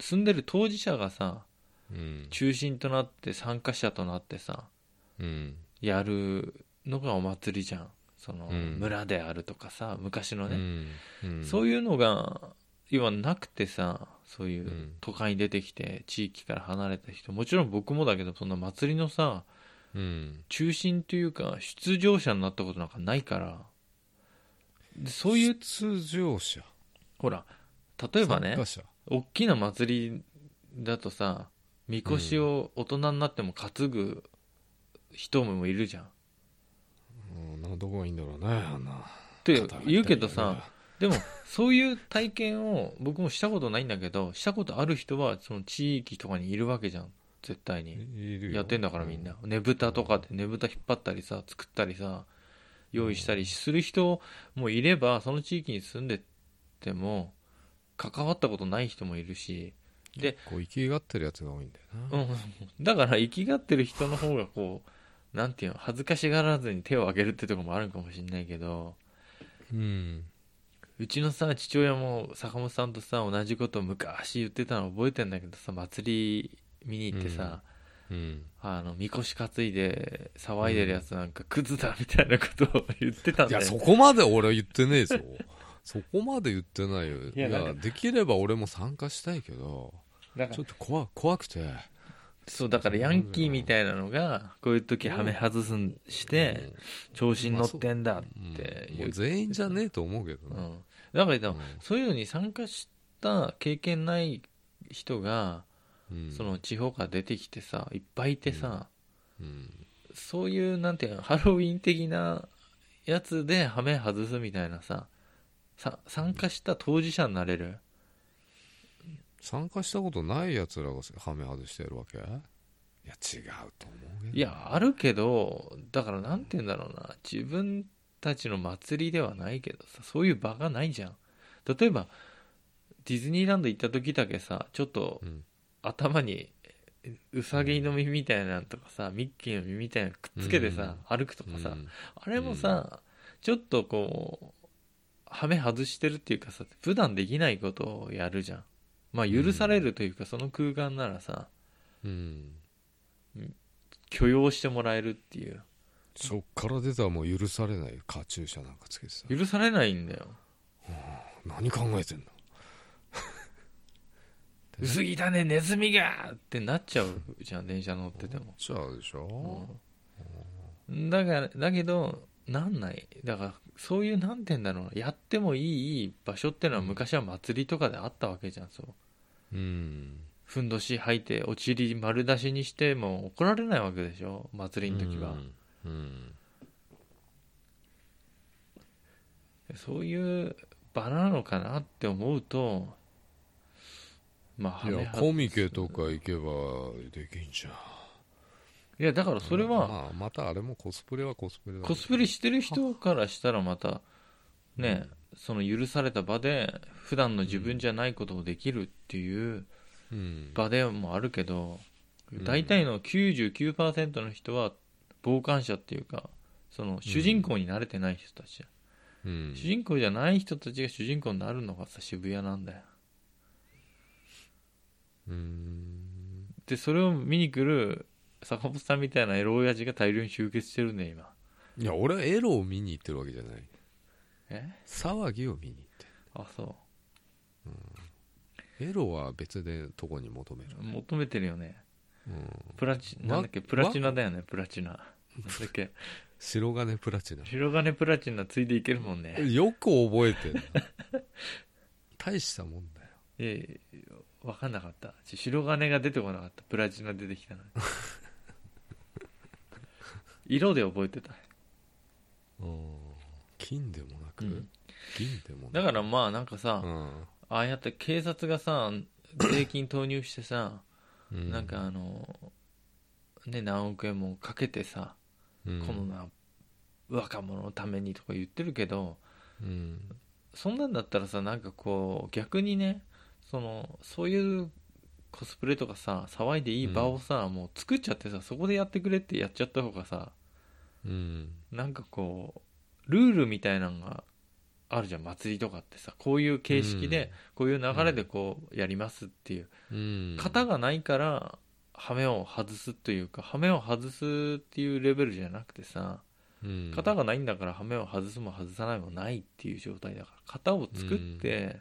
B: 住んでる当事者がさ
A: なうん
B: 中心となって参加者となってさ
A: うん
B: やるのがお祭りじゃんその、
A: うん
B: 村であるとかさ昔の
A: う
B: ね、
A: んうん
B: そう
A: い
B: いうのが要はなくてさそういううん都会に出てきて地域から離れた人もちろん僕もだけどそんな祭りのさ
A: う、うん、
B: 中心というか出場者になったことなんかないからでそういう
A: 出場者
B: ほら例えばね
A: 参加者
B: 大きな祭りだとさみこしを大人になっても担ぐ人もいるじゃん。っ
A: うん、などこがいいんだろうねあんな
B: て言うけど
A: 肩が痛いよね
B: さでもそういう体験を僕もしたことないんだけどしたことある人はその地域とかにいるわけじゃん絶対に
A: いるよ
B: やってんだからみんな、ねぶたとかでねぶた引っ張ったりさ作ったりさ用意したりする人もいればその地域に住んでても関わったことない人もいるしで
A: こう生きがってるやつが多いんだよ
B: う
A: な、
B: ん、だから生きがってる人の方がこうなんていうの恥ずかしがらずに手を挙げるってとこもあるかもしれないけど
A: うん、
B: うちのさ父親も坂本さんとさ同じことを昔言ってたの覚えてんだけどさ祭り見に行ってさ、
A: うん、
B: あのみこし担いで騒いでるやつなんかクズだみたいなことを言ってたん
A: い
B: だよ
A: や、そこまで俺は言ってねえぞ。 そこまで言ってないよ。い
B: や
A: や、
B: なんか
A: できれば俺も参加したいけど、
B: だか
A: ちょ
B: ら
A: っと怖怖くて。
B: そうだからヤンキーみたいなのがこういう時はめ外すんして調子に乗ってんだ
A: うん、
B: って
A: も
B: 言
A: う
B: う
A: 全員じゃねえと思うけど
B: う
A: な。
B: ん、だからでも
A: うん
B: そういうのに参加した経験ない人が、
A: うん
B: その地方から出てきてさいっぱいいてさ、
A: うん
B: そういうなんていうのハロウィン的なやつでハメ外すみたいなささ参加した当事者になれる
A: 参加したことないやつらがハメ外してるわけいや、違うと思うけど
B: いやあるけどだからなんて言うんだろうな自分たちの祭りではないけどさそういう場がないじゃん例えばディズニーランド行った時だけさちょっと
A: うん
B: 頭にえウサギの耳みたいなのとかさミッキーの耳みたいなのくっつけてさ、歩くとかさ、
A: うん
B: あれもさ、ちょっとこうはめ外してるっていうかさ普段できないことをやるじゃんまあ許されるというか、その空間ならさ
A: うん
B: 許容してもらえるっていう
A: そっから出たらもう許されないよカチューシャなんかつけてさ
B: 許されないんだよ
A: 何考えてんだ
B: 「薄着だねネズミが!」ってなっちゃうじゃん電車乗ってても
A: じゃあでしょ、
B: だからだけどなんないだからそういうなんて言うんだろうなやってもいい場所ってのは昔は祭りとかであったわけじゃんそ
A: う
B: う
A: ん
B: ふんどし履いてお尻丸出しにしても怒られないわけでしょ祭りの時は、
A: うんうん
B: そういう場なのかなって思うとまあ
A: い
B: はめ
A: や
B: は
A: コミケとか行けばできんじゃん
B: いやだからそれは
A: まあ、またあれもコスプレはコスプレだ
B: コスプレしてる人からしたらまたねその許された場で普段の自分じゃないこともできるっていう
A: うん
B: 場でもあるけど
A: うん
B: 大体の99%の人は傍観者っていうかその主人公に慣れてない人たち、
A: うん
B: 主人公じゃない人たちが主人公になるのがさ渋谷なんだよ
A: うん
B: でそれを見に来る坂本さんみたいなエロ親父が大量に集結してるね今
A: いや俺はエロを見に行ってるわけじゃない
B: え
A: 騒ぎを見に行って
B: あそ
A: るエロは別でとこに求める、
B: う求めてるよね
A: うん、
B: プラチ
A: わ
B: なんだっけプラチナだよねプラチナなんだっけ
A: 白金プラチナ
B: 白金プラチナついでいけるもんね
A: よく覚えてるな 大したもんだよ
B: いやいや分かんなかったち白金が出てこなかったプラチナ出てき たのに色で覚えてた、
A: うん金でもなく、
B: うん
A: 銀でもな
B: だ
A: く
B: からまあなんかさ、
A: うん
B: ああやって警察がさ税金投入してさ、
A: う
B: なんかあのね何億円もかけてさ、
A: うん
B: このな若者のためにとか言ってるけど
A: うん
B: そんなんだったらさなんかこう逆にねそのそういうコスプレとかさ騒いでいい場をさ、もう作っちゃってさそこでやってくれってやっちゃった方がさ
A: うん
B: なんかこうルールみたいなのがあるじゃん祭りとかってさこういう形式で、こういう流れでこうやりますっていう
A: うん
B: 型がないからハメを外すというかハメを外すっていうレベルじゃなくてさ
A: うん
B: 型がないんだからハメを外すも外さないもないっていう状態だから型を作って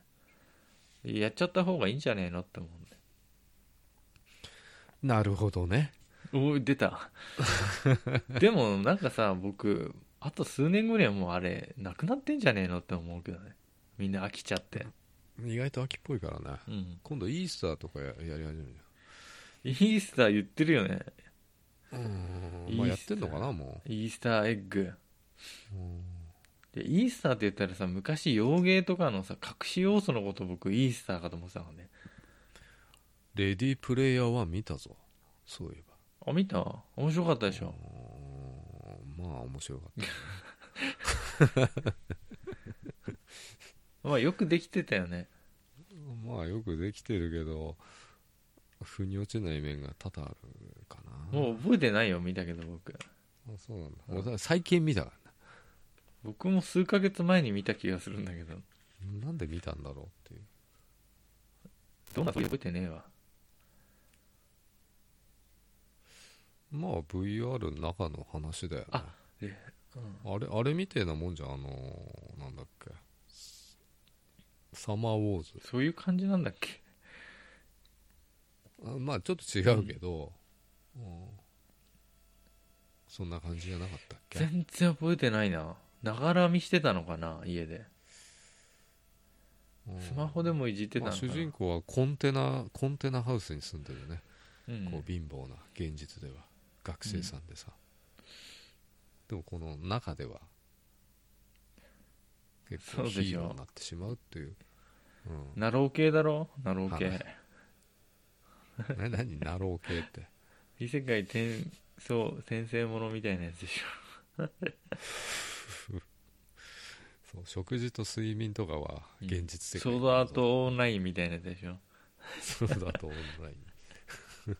B: やっちゃった方がいいんじゃねえのって思うんだよ
A: なるほどね
B: おい出 たでもなんかさ僕あと数年後にはもうあれなくなってんじゃねえのって思うけどねみんな飽きちゃって、
A: 意外と秋っぽいからね
B: うん、
A: 今度イースターとかややり始める
B: イースター言ってるよね
A: じゃん
B: イースター
A: まあやってんのかなも
B: イースターエッグ
A: ううん
B: いやイースターって言ったらさ昔洋芸とかのさ隠し要素のこと僕イースターかと思ってたのね
A: レディープレイヤーは見たぞそういえば
B: あ見た面白かったでしょ
A: うーんまあ面白かった
B: まあよくできてたよね
A: まあよくできてるけど腑に落ちない面が多々あるかな
B: もう覚えてないよ見たけど僕
A: あそうなんだ
B: うん
A: 俺だから最近見たか
B: 僕も数ヶ月前に見た気がするんだけど
A: らななんで見たんだろうっていう
B: どんな時覚えてねえわ
A: まあ VR の中の話だよね
B: あうん
A: あれあれみてえなもんじゃんあのーなんだっけサマーウォーズ
B: そういう感じなんだっけ
A: あまあちょっと違うけど、うんそんな感じじゃなかったっけ
B: 全然覚えてないなながら見してたのかな家で
A: うん
B: スマホでもいじってた
A: ま
B: の
A: あ
B: かな、
A: 主人公はコンテナコンテナハウスに住んでるね、
B: うん
A: こう貧乏な現実では学生さんでさ、でもこの中では結構
B: そうでし
A: ヒ
B: ょ
A: ーローになってしまうっていうう
B: ナロー系だろナロー系、
A: はん、な 何ナロー系って
B: 異世界転そう転生ものみたいなやつでしょ
A: そう食事と睡眠とかは現実的
B: ソードアートオンラインみたいなやつでしょ
A: そうだとオンライン、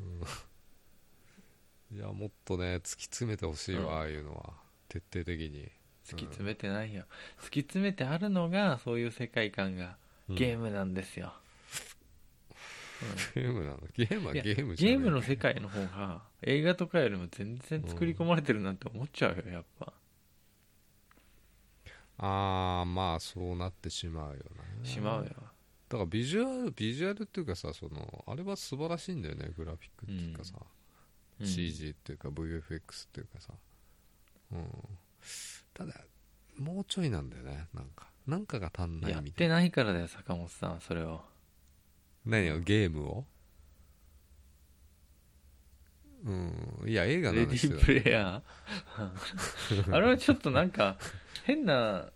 A: うん、いやもっとね突き詰めてほしいわ、
B: うん
A: ああいうのは徹底的に、
B: 突き詰めてないよ、突き詰めてあるのがそういう世界観がゲー
A: ム
B: ムなんですよ、
A: ゲームなのゲームはい
B: や
A: ゲームじゃ
B: ゲ
A: ねえ
B: ームの世界の方が映画とかよりも全然作り込まれてるなって思っちゃうよやっぱ
A: ああまあそうなってしまうよね
B: しまうよ
A: だからビジュアルビジュアルっていうかさそのあれは素晴らしいんだよねグラフィックっていうかさ、
B: うん
A: CG っていうか VFX っていうかさ、うん、ただもうちょいなんだよねなんかなんかが足んない
B: やっ
A: みたい
B: てないからだよ坂本さんそれを
A: な何をゲームをうんいや映画
B: レ
A: の
B: デ
A: 話
B: ィ
A: だよ
B: ープレイヤ ーあれはちょっとなんか変な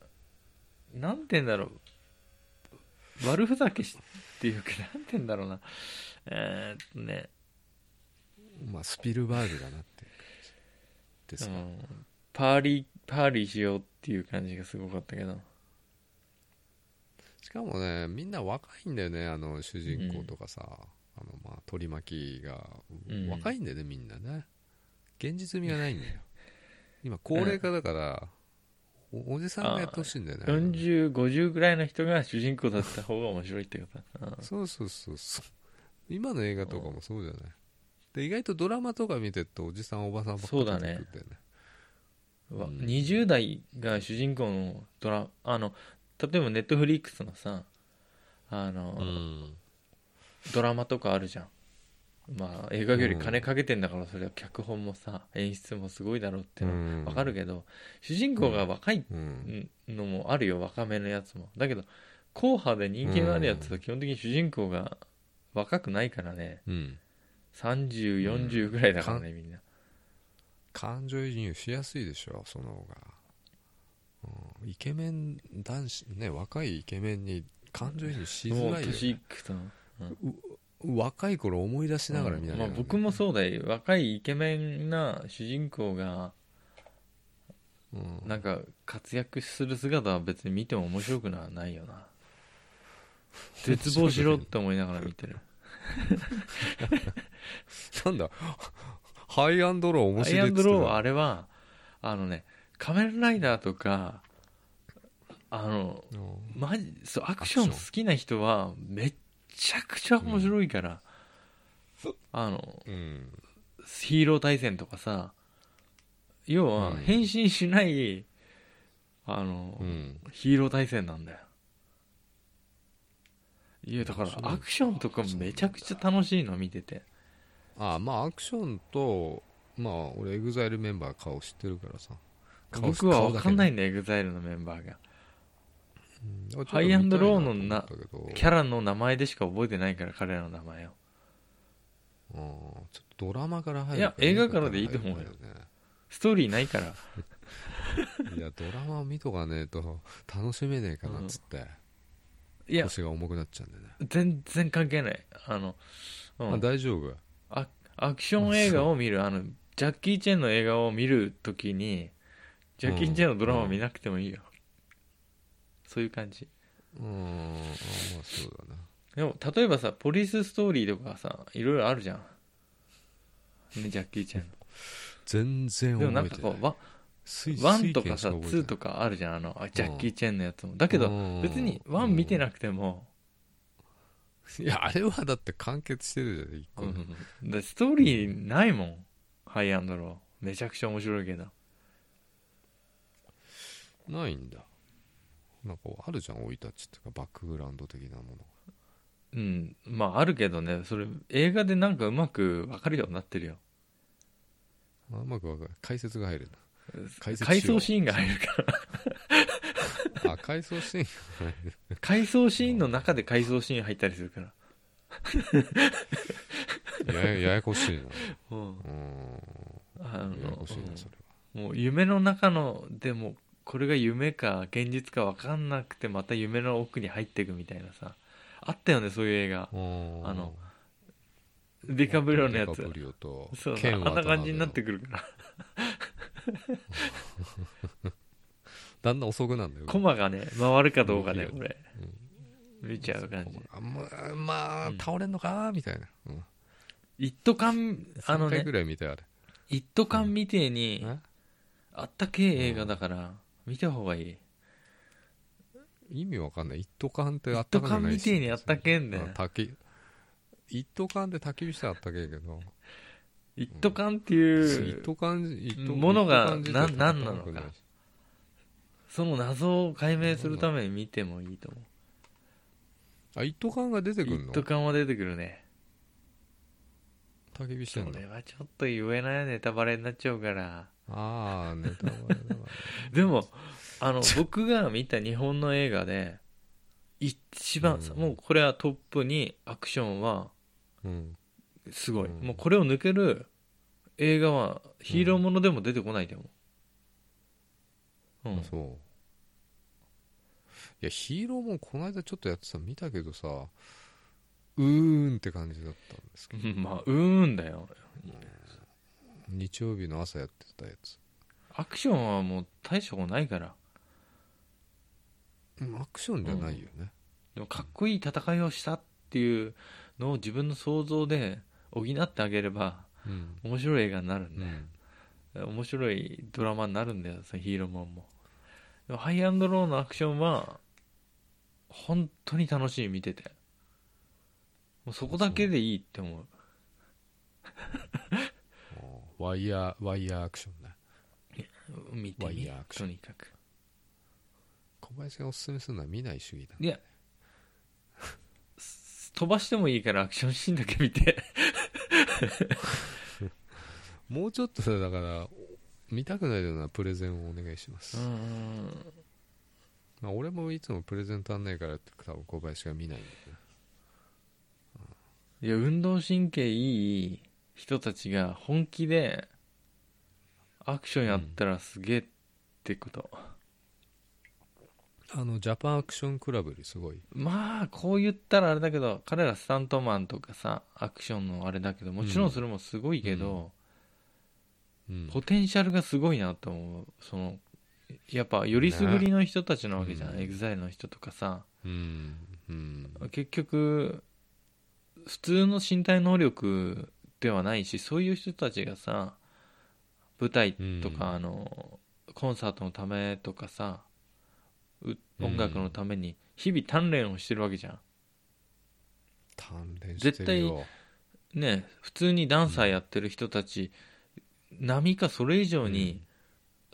B: なんて言うんだろう悪ふざけしっていうかなんて言うんだろうなえーっとね
A: まあスピルバーグだなっていう感じです
B: う
A: か、
B: んパーリーパーリーしようっていう感じがすごかったけど
A: しかもねみんな若いんだよねあの主人公とかさ、あのまあ取り巻きが
B: うん
A: 若いんだよね、みんなね現実味がないん だよ今高齢化だから、おおじさんがやってほしいんだよね
B: 4050ぐらいの人が主人公だった方が面白いってこと、うん
A: そうそうそうそう今の映画とかもそうじゃないで意外とドラマとか見てるとおじさんおばさんばっかり出てくるんだよね
B: わ
A: うん
B: 20代が主人公のドラあの例えばネットフリックスのさあの、
A: うん
B: ドラマとかあるじゃんまあ映画より金かけてんだからそれは脚本もさ演出もすごいだろうっての
A: うん
B: わかるけど主人公が若い
A: うん
B: のもあるよ若めのやつもだけど硬派で人気のあるやつは基本的に主人公が若くないからね
A: うん
B: 3040ぐらいだからねみんな
A: 感情移入しやすいでしょその方が、うん、イケメン男子ね若いイケメンに感情移入しづ
B: も
A: ら
B: う
A: いよ
B: 年い
A: ね、
B: くと
A: 若い頃思い出しながら見な
B: うん
A: が
B: まあ
A: ら、ね
B: 僕もそうだよ若いイケメンな主人公が
A: うん、
B: なんか活躍する姿は別に見ても面白くなないよな絶望しろって思いながら見てる
A: なんだハイアンドロー 面
B: ア
A: 白
B: イ
A: い
B: ア
A: っつ
B: ン
A: ってた
B: ドローはあれはあのね仮面ライダーとかあの
A: うん
B: マジそうアクション好きな人はめっちゃくちゃ面白いから、あの
A: うん
B: ヒーロー対戦とかさ要は
A: うん
B: 変身しない、あの、
A: うん
B: ヒーロー対戦なんだよいやだから
A: そうなんだ
B: アクションとかめちゃくちゃ楽しいの見てて
A: ああまあアクションとまあ俺エグザイルメンバー顔知ってるからさ顔
B: 僕は分かんないいんだよ EXILE のメンバーが
A: ハ
B: ハイアンドローのなキャ
A: ラ、
B: ラの名前でしか覚えてないから彼らの名前を
A: うん、ちょっとドラマから入る
B: いや映画からでいいと思うよ
A: ね
B: ストーリーないから
A: いやドラマを見とかねえと楽しめねえかなっつって、
B: いや
A: 腰が重くなっちゃうんでね、
B: 全然関係ないあの、う
A: あ
B: ん、
A: 大丈夫
B: アアクション映画を見るあのジャッキー・チェンの映画を見るときにジャッキー・チェンのドラマを見なくてもいいよ、そういう感じ
A: うーんあまあそうだな
B: でも例えばさポリスストーリーとかさいろいろあるじゃん、ね、ジャッキー・チェンの
A: 全然
B: でも
A: 覚
B: なん
A: え
B: か
A: て
B: こ
A: ないう
B: ワ
A: 水
B: ワンとか
A: 水
B: さ
A: 拳し覚えてない
B: 2とかあるじゃんあのあジャッキー・チェンのやつもだけど
A: うん
B: 別にワン見てなくても、
A: いやあれはだって完結してるじゃん一個、
B: うんだストーリーないもんハイアンドローめちゃくちゃ面白いけど
A: ないんだなんかあるじゃん生い立ちっていうかバックグラウンド的なものが
B: うんまああるけどねそれ映画でなんかうまく分かるようになってるよ
A: あうまくわかる解説が入る解説しよう
B: 回想シーンが入るから
A: なあ回想シーン
B: 回想シーンの中で回想シーン入ったりするから
A: ややややこしいな
B: うん
A: うーん
B: あ
A: やや
B: の
A: こしいなそれ
B: うんもう夢の中のでもこれが夢か現実か分かんなくてまた夢の奥に入っていくみたいなさあったよねそういう映画
A: は、うーん
B: あのディカプリオのや
A: ディ
B: つ
A: カプリオと
B: そう
A: ケ
B: あ
A: ン
B: ん
A: 渡
B: な
A: 辺の
B: 感じになってくるから
A: だんだん遅くなんだよ
B: コマがね回るかどうかで
A: うん
B: これ見ちゃう感じ
A: あんまあまあ、
B: うん
A: 倒れんのかみたいな、うん、
B: 一斗缶あの
A: 3回
B: ね
A: ぐらい見たよあれ
B: 一斗缶みてえに、
A: え
B: あったけえ映画だから、見た方がいい。
A: 意味わかんない一斗缶ってあ
B: 一
A: った
B: 斗
A: かく
B: 缶
A: ない
B: みてえにあったけえんだよ
A: あ。焚き一斗缶で焚き火したらあったけえけど
B: 一斗缶ってい
A: 一
B: う、
A: 斗缶一斗
B: ものが
A: 一斗缶自体
B: ななんなのか
A: 暖くいし
B: その謎を解明するために見てもいいと思う。
A: あ一斗缶が出てく
B: 一
A: るの
B: 斗缶は出てくるね。
A: 焚き火し
B: そ
A: てんの
B: れはちょっと言えないネタバレになっちゃうから。
A: ああネタバレだわ
B: でも、あの、僕が見た日本の映画で、一番、
A: うん
B: もうこれはトップにアクションは
A: うん
B: すごい。
A: うん
B: もうこれを抜ける映画はヒーローものでも出てこないでも。 うん。
A: そういやヒーローもんこの間ちょっとやってたの見たけどさうーんって感じだったんですけど
B: うん まあ、うーんだよ。
A: 日曜日の朝やってたやつ
B: アクションはもう大したことないから。
A: うんアクションじゃないよね
B: でもかっこいい戦いをしたっていうのを自分の想像で補ってあげれば、
A: うん
B: 面白い映画になるん
A: う
B: だよ。
A: ん
B: 面白いドラマになるんだよ、そのヒーローマンも。でもハイアンドローのアクションは、本当に楽しい、見てて。もうそこだけでいいって思う。
A: ワイヤーワイヤーアクションね
B: 見て
A: ワイ
B: み
A: ヤーア、クシ
B: と
A: ョン
B: にかく。
A: 小林がおすすめするのは見ない主義だ
B: いや、す飛ばしてもいいからアクションシーンだけ見て。
A: もうちょっとさだから見たくなるようなプレゼンをお願いします、
B: うん。
A: まあ、俺もいつもプレゼン足んないからって多分小林が見ないんだよね
B: いや運動神経いい人たちが本気でアクションやったらすげえってこと、
A: あのジャパンアクションクラブよりすごい
B: まあこう言ったらあれだけど彼らスタントマンとかさアクションのあれだけどもちろんそれもすごいけど、
A: うん
B: ポテンシャルがすごいなと思うそのやっぱよりすぐりの人たちなわけじゃん、
A: ね
B: エグザイルの人とかさ
A: うんうん
B: 結局普通の身体能力ではないしそういう人たちがさ舞台とか、
A: うん
B: あのコンサートのためとかさう
A: うん
B: 音楽のために日々鍛錬をしてるわけじゃ
A: 鍛錬してるよ
B: んねえ普通にダンサーやってる人たち、並みかそれ以上に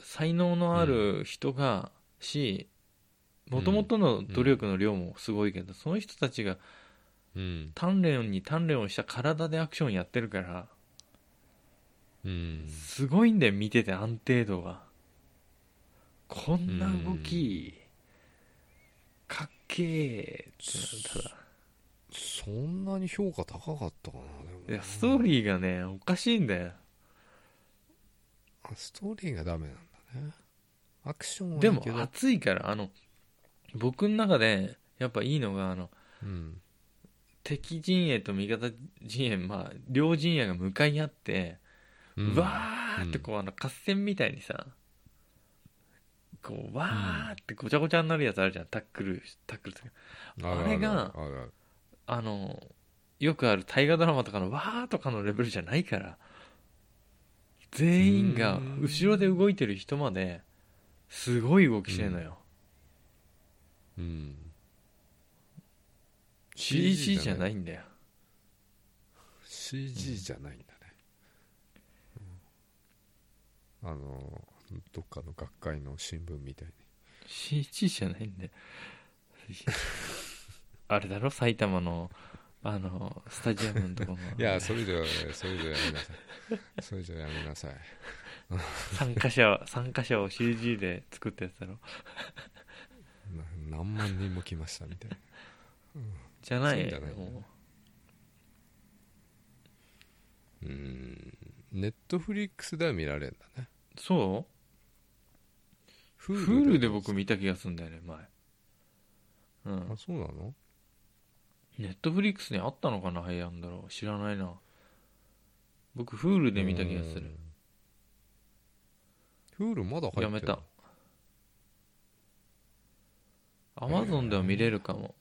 B: 才能のある人がし
A: うん
B: もともとの努力の量もすごいけど、その人たちが
A: うん
B: 鍛錬に鍛錬をした体でアクションやってるから
A: うん
B: すごいんだよ見てて安定度がこんな動きかっけえってなったら
A: そんなに評価高かったかなでも
B: いやストーリーがねおかしいんだよ
A: あストーリーがダメなんだねアクションはいい
B: でも
A: けど
B: 暑いからあの僕の中でやっぱいいのがあの
A: うん
B: 敵陣営と味方陣営まあ両陣営が向かい合って、
A: う
B: うんわーってこうあの合戦みたいにさこうわーってごちゃごちゃになるやつあるじゃんタックルタックルとか
A: あるある
B: あれが
A: あるある
B: あのよくある大河ドラマとかのわーとかのレベルじゃないから全員が
A: うん
B: 後ろで動いてる人まですごい動きしてんのよ、
A: うん
B: CG じゃないいんだよ
A: CG じゃないんだね、うんあのどっかの学会の新聞みたいに
B: CG じゃないんだよ あれだろ埼玉のあのスタジアムのと こ
A: い
B: ろ
A: や
B: の
A: それじゃそれじゃやめなさい それじゃやめなさい
B: 参加者参加者を CG で作ったやつだろ
A: な何万人も来ましたみたいな
B: じゃな
A: そう
B: い
A: じゃない
B: も
A: うんネットフリックスでは見られるんだね
B: うそう
A: フ
B: Hulu で僕見た気がするんだよね前う
A: あ
B: ん
A: そうなの
B: ネットフリックスにあったのかなハイアンだろう知らないな僕 Hulu で見た気がする
A: うん Hulu まだ入ってる
B: やめた Amazon では見れるかも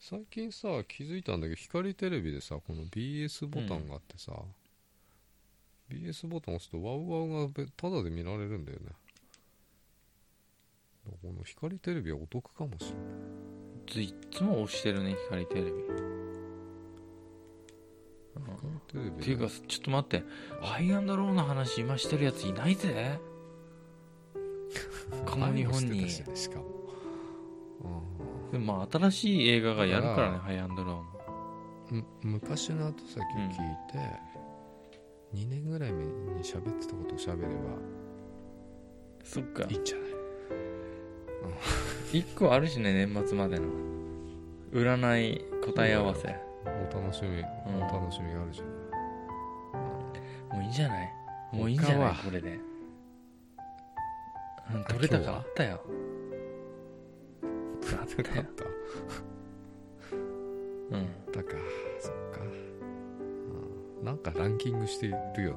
A: 最近さ気づいたんだけど光テレビでさこの BS ボタンがあってさ、BS ボタン押すとワウワウがべタダで見られるんだよねこの光テレビはお得かもしれない
B: ずいっつも押してるね光テレビうん
A: 光テレビね、
B: っていうかちょっと待ってハイアンドローの話今してるやついないぜこの日本に
A: 愛を捨てたしねしかも、
B: でもまあ新しい映画がやるからね
A: だから
B: ハイアンドローも
A: うんむ昔の後先を聞いて、2年ぐらい目に喋ってたことを喋れ
B: そっか
A: ばいいんじゃない
B: 1個あるしね年末までの占い答え合わせ
A: お楽しみ、
B: ん
A: お楽しみがあるじゃん
B: もういいんじゃないもういいんじゃ
A: 他
B: な
A: はい
B: これで、うん、取れた
A: 今日
B: か
A: は
B: あったよあった
A: だ
B: よ
A: っ、た
B: うん、
A: だかそっか、うん、なんかランキングしてるよ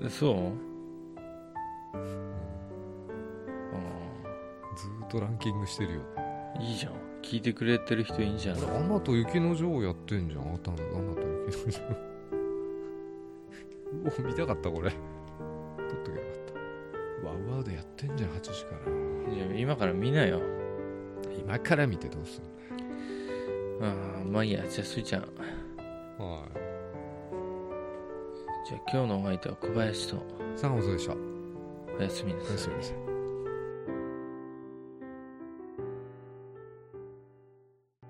A: ね
B: そう、
A: ずーっとランキングしてるよね
B: うん、いいじゃん聞いてくれてる人いいんじゃ
A: あ
B: ない
A: れ「アナと雪の女王」やってんじゃん「アナと雪の女 王」うお見たかったこれ撮っとけばよかったワウワウでやってんじゃん8時から
B: いや今から見なよ
A: 今から見てどうするんだ
B: あーまあいいやじゃあスイちゃん
A: よはい
B: じゃあ今日のお相手は小林と
A: 3本そうでした
B: おやすみな
A: おやす
B: さい
A: みなさい